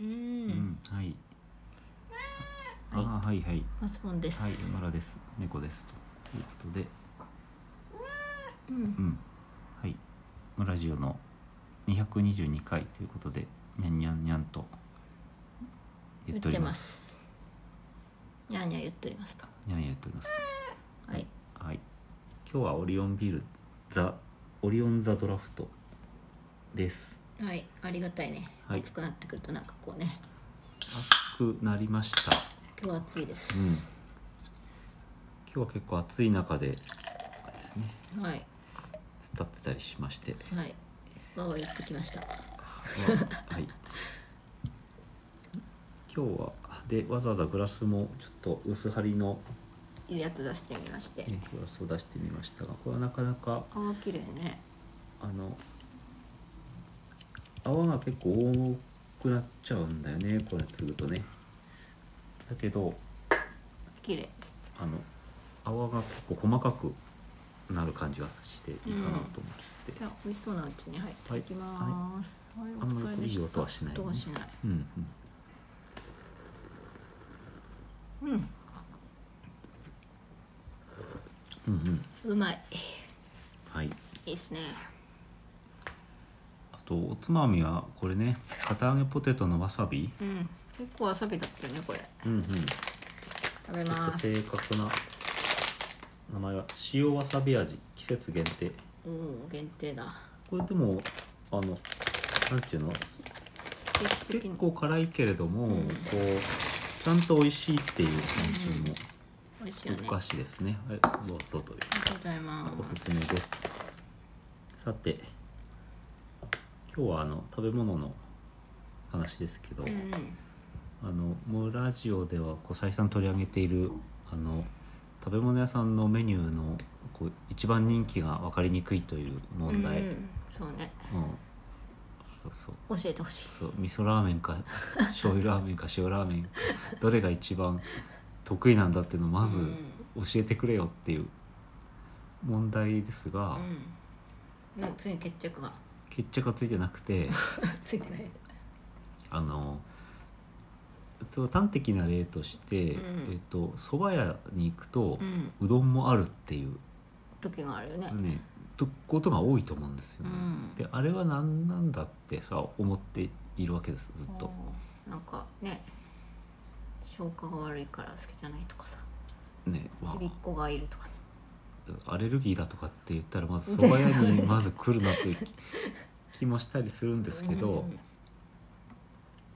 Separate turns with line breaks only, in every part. うん、
うん、はい。ああ、はいはい。
マスボンです、
はい、馬らです。猫です。ということで、
う、
うんん。はい。まあラジオの222回ということで、にゃんにゃんにゃんと
言
言
っ
ってお
て
り
ま
ます。
すにゃーにゃー言っておりますと
にゃんにゃん言っております。
はい
はい。今日はオリオンビール、ザ、オリオンザドラフトです。
はいありがたいね、
はい
暑くなってくるとなんかこうね
暑くなりました。
今日は暑いで
うん。今
す、
日は結構暑い中で、あれですね、
はい
突っ立ってたりしまして。
はいわわ言ってきました
はい。今日はでわざわざグラスもちょっと薄張りの、
いうやつ出してみまして
ね、グラスを出してみましたがこれはなかなか
泡綺麗ね
あの泡が結構多くなっちゃうんだよねこれ継ぐとね。だけど
綺麗
あの泡が結構細かくなる感じはしていいかなと思って。
じゃあ美味しそうなうちに入っていきます、はい
あんまりこうい
お疲
い
れでした
音はしないね
音はしない
うんうん、
うん
うんうん
うまい
はい。
いいっすね
あとおつまみはこれね片揚げポテトのわさび。
うん結構わさびだったよねこれ
うんうん。
食べ
ちょっ
ま
と
す
正確な名前は塩わさび味季節限定
おお限定だ
これでもあのなんていうの
定期的
結
に
構辛いけれども、
うん
こうちゃんと美味しいっていう感
美味しい
じ
よ
の
ね
お菓子ですね、はい、どうぞという
ありがとうございま
お
す
すすめですさて今日はあの食べ物の話ですけど、
うん
あのもうラジオではこう再三取り上げているあの食べ物屋さんのメニューのこう一番人気が分かりにくいという問題、
う
うん
ん、そうね
そうそう
教えてほしい
そう味噌ラーメ ンか醤油ラーメンか塩ラーメンかどれが一番得意なんだっていうのをまず
うん
教えてくれよっていう問題ですが、
うんなんかついに決着が
決着がついてな くて
ついてない
あのそう端的な例として、
うん
えっと蕎麦屋に行くと、
うん
うどんもあるっていう
時があるよね
ねとことが多いと思うんですよね、
うん
であれは何なんだってさ思っているわけですずっと
そうなんかね消化が悪いから好きじゃないとかさ
ねわ
ちびっ子がいるとかね
アレルギーだとかって言ったらまず蕎麦屋 にまず来るなという気気もしたりするんですけど、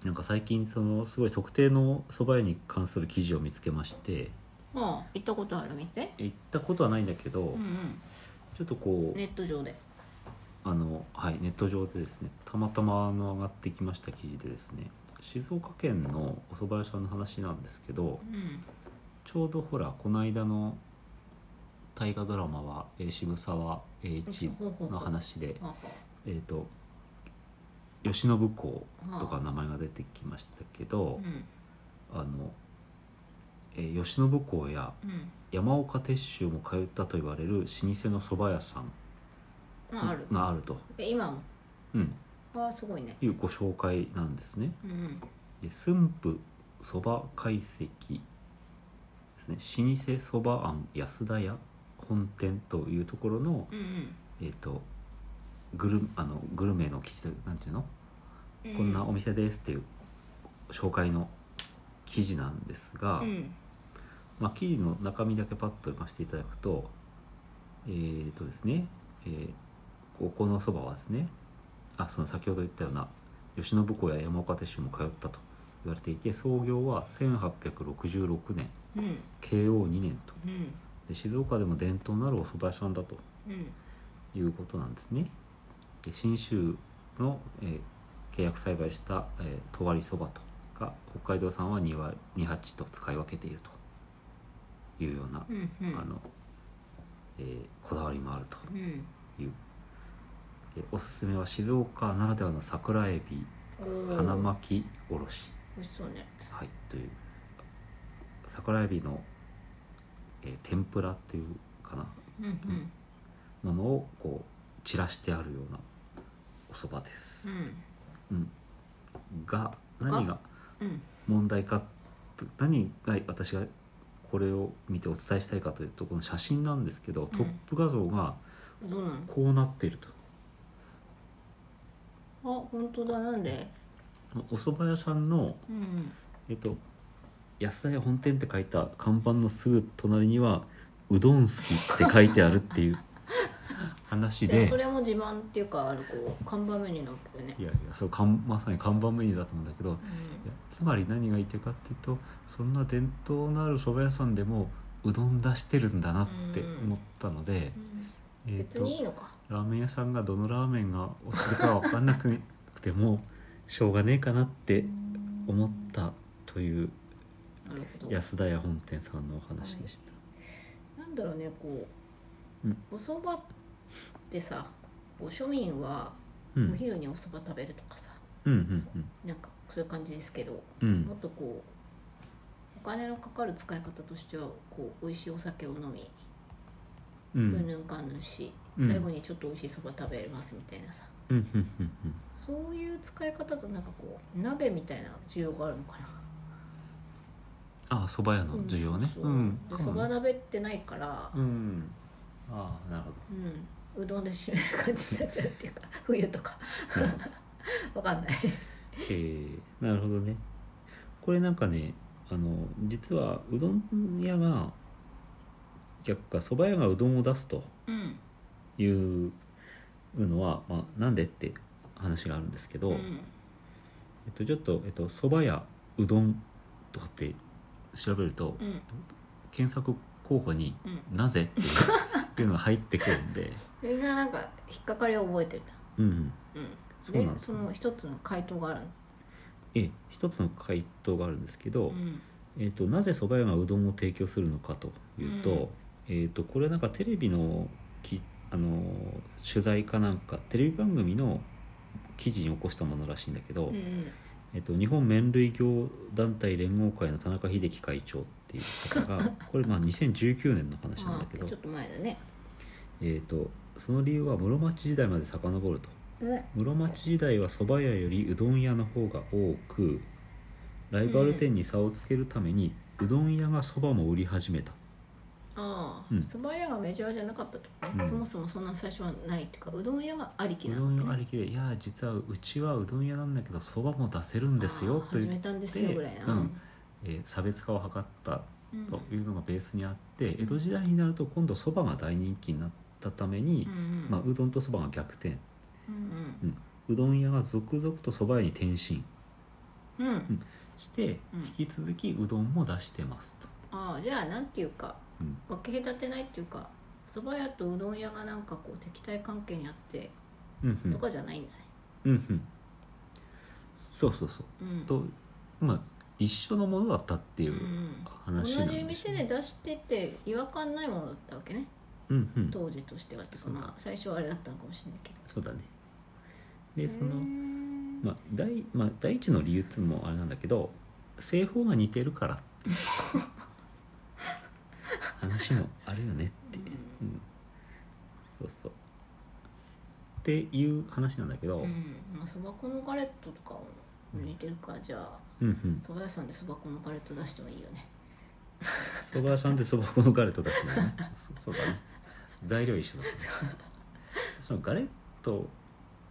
なんか最近そのすごい特定の蕎麦屋に関する記事を見つけまして
うん、ああ行ったことある店
行ったことはないんだけど、
うんうん
ちょっとこう、
ネット上で
あのはい、ネット上でですねたまたまあの上がってきました記事でですね静岡県のお蕎麦屋さんの話なんですけど
うん
ちょうどほらこの間の大河ドラマは、えー渋沢栄一
ほうほうほう
の話で、
あ
えー、と慶喜公と
あ
か
あ
名前が出てきましたけど
う、ん
あのえー慶喜公や
うん
山岡鉄舟も通ったと言われる老舗の蕎麦屋さん
まあある
があると、
え今も
うん、
ああすごいね
いうご紹介なんですね。
うんうん
で駿府そば懐石ですね老舗そば庵安田屋本店というところの、
うん
えー、とグルあのグルメの記事というなんていうの、
うん
こんなお店ですっていう紹介の記事なんですが、
うん
まあ、記事の中身だけパッと読ませていただくとえっ、とですね、えーここのそばはですねあその先ほど言ったような吉野公や山岡鉄舟も通ったと言われていて創業は1866年
うん
慶応2年と
うん
で静岡でも伝統のあるお蕎麦屋さんだと
うん
いうことなんですねで信州の、えー契約栽培した、えー、とわりそばとか北海道産は2割28と使い分けているというような
うんうん
あの、えーこだわりもある
うん
という、えーおすすめは静岡ならではの桜えび
おー
花巻おろし、
美味しそうね
はい、という桜えびの、えー天ぷらっていうかな
うんうん
ものをこう散らしてあるようなおそばです、
うん
うん、が何が
うん
問題か何が私がこれを見てお伝えしたいかというとこの写真なんですけど、トップ画像が
どうなの
こうなっていると
あ本当だなんで
お蕎麦屋さんの、
うん
えっと、野菜本店って書いた看板のすぐ隣には「うどん好き」って書いてあるっ ていう話で
でそれも自慢っていうかあるこう看板メニューなわけだよね
いやいやそうかんまさに看板メニューだと思うんだけどいやつまり何が言いたいかっていうとそんな伝統のある蕎麦屋さんでもうどん出してるんだなって思ったので、
うん
えー
別
と
にいいのか
ラーメン屋さんがどのラーメンがおするかは分かんなくてもしょうがねえかなって思ったという
なるほど
安田屋本店さんのお話でした。
なんだろうねこう、
うん
お蕎麦ってさこう庶民は
うん、う
お
ん
昼にお蕎麦食べるとかさ、
うん
なんかそういう感じですけど、
うんう
もっ
ん
とこうお金のかかる使い方としてはこう美味しいお酒を飲み
うんう
うんんぬんかんぬんし、
うん
最後にちょっと美味しいそば食べますみたいなさ
うんうん
そういう使い方となんかこう鍋みたいな需要があるのかな
ああ蕎麦屋の需要ね
そうそう
う
そうんで
か
そ
も
ば
ね
鍋ってないから、
うんああなるほど
うん、うどんで締める感じになっちゃうっていうか 冬とか
なるほど
わかんない
えーなるほどねこれなんかねあの実はうどん屋が逆かそば屋がうどんを出すと
うん
いうのは、まあ、なんでって話があるんですけど、
う
え
ん
っと、ちょっと、えっと、そば屋うどんとかって調べると、
うん
検索候補に
うん
「なぜ?」っていういうのが入ってくるんで、
みんななんか引っかかりを覚えてる
うん、
なうん
そうなん
で
です
そ
ね
の一つの回答があるの
ええ一つの回答があるんですけど、
うん
えー、となぜ蕎麦屋がうどんを提供するのかというと,、
うん
えー、とこれはなんかテレビのきあのー取材かなんかテレビ番組の記事に起こしたものらしいんだけど、
うん
えー、と日本麺類業団体連合会の田中秀樹会長っていう 方がこれまあ2019年の話なん
あ
だけど
ちょ、っと前だね
えー、とその理由は室町時代まで遡ると
うん
室町時代は蕎麦屋よりうどん屋の方が多くライバル店に差をつけるために、うどん屋が蕎麦も売り始めた
あ
う
あ、
ん
そば屋がメジャーじゃなかったとかね、
うん
そもそもそんな最初はないっていうかうどん屋がありき
う
な
どん
んだ
屋あ
ね
りきで「いや実はうちはうどん屋なんだけどそばも出せるんですよ」
ああ
とい
始め
う、
たんですよぐらいな、
うんえー差別化を図った
うん
というのがベースにあって、江戸時代になると今度そばが大人気になったために
うんう、ん
まあ、うどんとそばが逆転
うん
うどん屋が続々とそば屋に転身
うんうん
して
うん
引き続きうどんも出してますと。
ああじゃあなんていうか
うん
分け隔てないっていうかそば屋とうどん屋がなんかこう敵対関係にあって
うんうん
とかじゃないんだね
うんうんそうそうそう
うん、
とまあ一緒のものだったっていううん話
同
なん
じ
です
店
よ
で出してて違和感ないものだったわけね
うんうん
当時としてはっていうか
そうだ
まあ最初はあれだったのかもしれないけど
そうだねでその
う、ん
まあ第まあ、第一の理由っていうのもあれなんだけど製法が似てるからっ ていう話もあるよねっていう、うん、そうそうっていう話なんだけど、う、
うんんまあそば粉のガレットとかも似てるからじゃあ
うん
そば屋さんでそば粉のガレット出してもいいよね
そば屋さんでそば粉のガレット出すのね そそうだね材料一緒だからそのガレット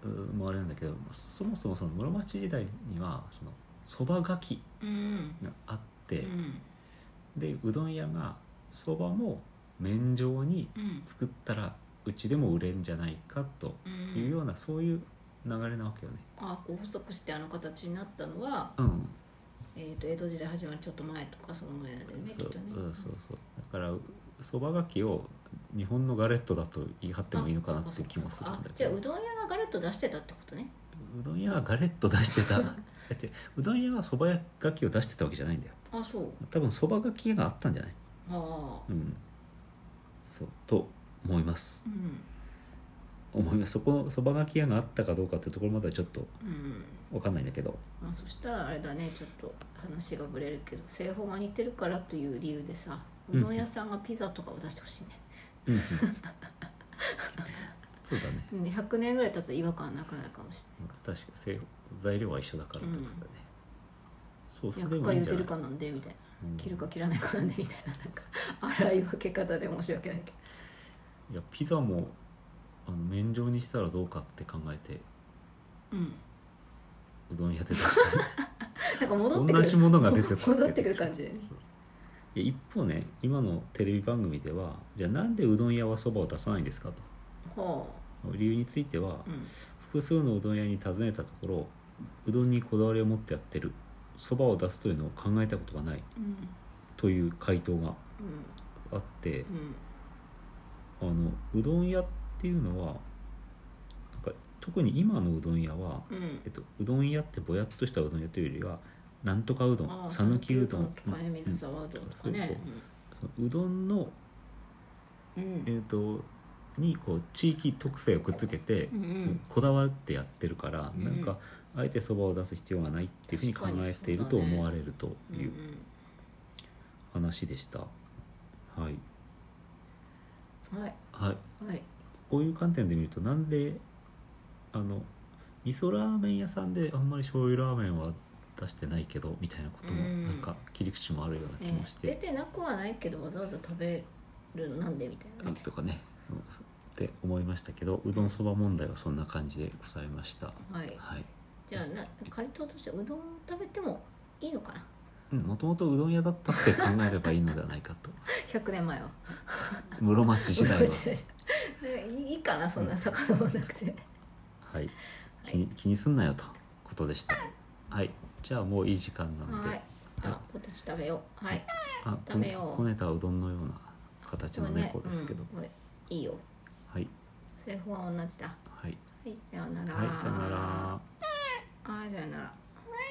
うんもあれなんだけどそもそもその室町時代にはそのそばがき
うん
があって、
うん
でうどん屋がそばも麺状に
うん
作ったらうちでも売れんじゃないかと
う
いうんような、そういう流れなわけよね。
あこう細くしてあの形になったのは、
うん、
えー、と江戸時代始まるちょっと前とかそのぐらいだよねきっ
そう
とね
うんそうそうだからそばがきを日本のガレットだと言い張ってもいいのかなっていう気もするんだ
あ
け
じゃあ
ど
うどん屋がガレット出してたってことね
うどん屋はガレット出してた 違ううどん屋はそばがきを出してたわけじゃないんだよ
あそう
多分そばがきがあったんじゃない
ああ
うんそうと思います
うん
思いますそこそばがき屋があったかどうかっていうところまではちょっと
うん
分かんないんだけど
まあ、そしたらあれだねちょっと話がぶれるけど製法が似てるからという理由でさ
う
うんどん屋さんがピザとかを出してほしいね、
うんうん そうだね
うん、100年ぐらい経ったら違和感なくなるかもし
確かに製材料は一緒だからってことだね、そうそれ
焼く
も
か
いいん
茹
じゃ
で
な
る
い
かなんでみたいな
うん
切るか切らないかなんでみたいななんか洗い分け方で申し訳ないけど
いやピザもあの麺状にしたらどうかって考えて
うん
うどん屋で出したい
なんか戻ってく
同
る
じものが出て
戻ってくる感じね
いや一方ね今のテレビ番組ではじゃあなんでうどん屋はそばを出さないんですか
は
と理由については
あ、うん
複数のうどん屋に尋ねたところうどんにこだわりを持ってやってるそばを出すというのを考えたことがない
うん
という回答があって
うんうん
あのうどん屋っていうのはなんか特に今のうどん屋は
うん
えっと、うどん屋ってぼやっとしたうどん屋というよりはなんとかうど
あ
ん
あ
讃岐うどん
讃岐とかね水沢うどんとかね
うんうどんの、
うんうん
えっとにこう地域特性をくっつけて
う、んうん
こだわってやってるから、
うん
なんかあえてそばを出す必要がないっていうふうに考えていると
確かに
思われると
うん
いう話でした、はい、
うんはい
はい、
はい
こういう観点で見るとなんであの味噌ラーメン屋さんであんまり醤油ラーメンは出してないけどみたいなことも
うん
なんか切り口もあるような気
ね
もして、
出てなくはないけどわざわざ食べるのなんでみたいな
あ
ね
とかねうんって思いましたけどうどんそば問題はそんな感じでございました
はい
はい
じゃあな回答としてうどん食べてもいいのかな
もともとうどん屋だったって考えればいいのではないか と
100年前は
室町時代は
いいかなそんな遡らなくて
はい気に気にすんなよとことでしたはいじゃあもういい時間なので、
はいあポテチ食べようはい
あこ
食べよう
こねたうどんのような形の猫ですけど、
これねうんこれいいよ
はい
製法は同じだ
はい
はいさようなら
はいさよなら
あーさようなら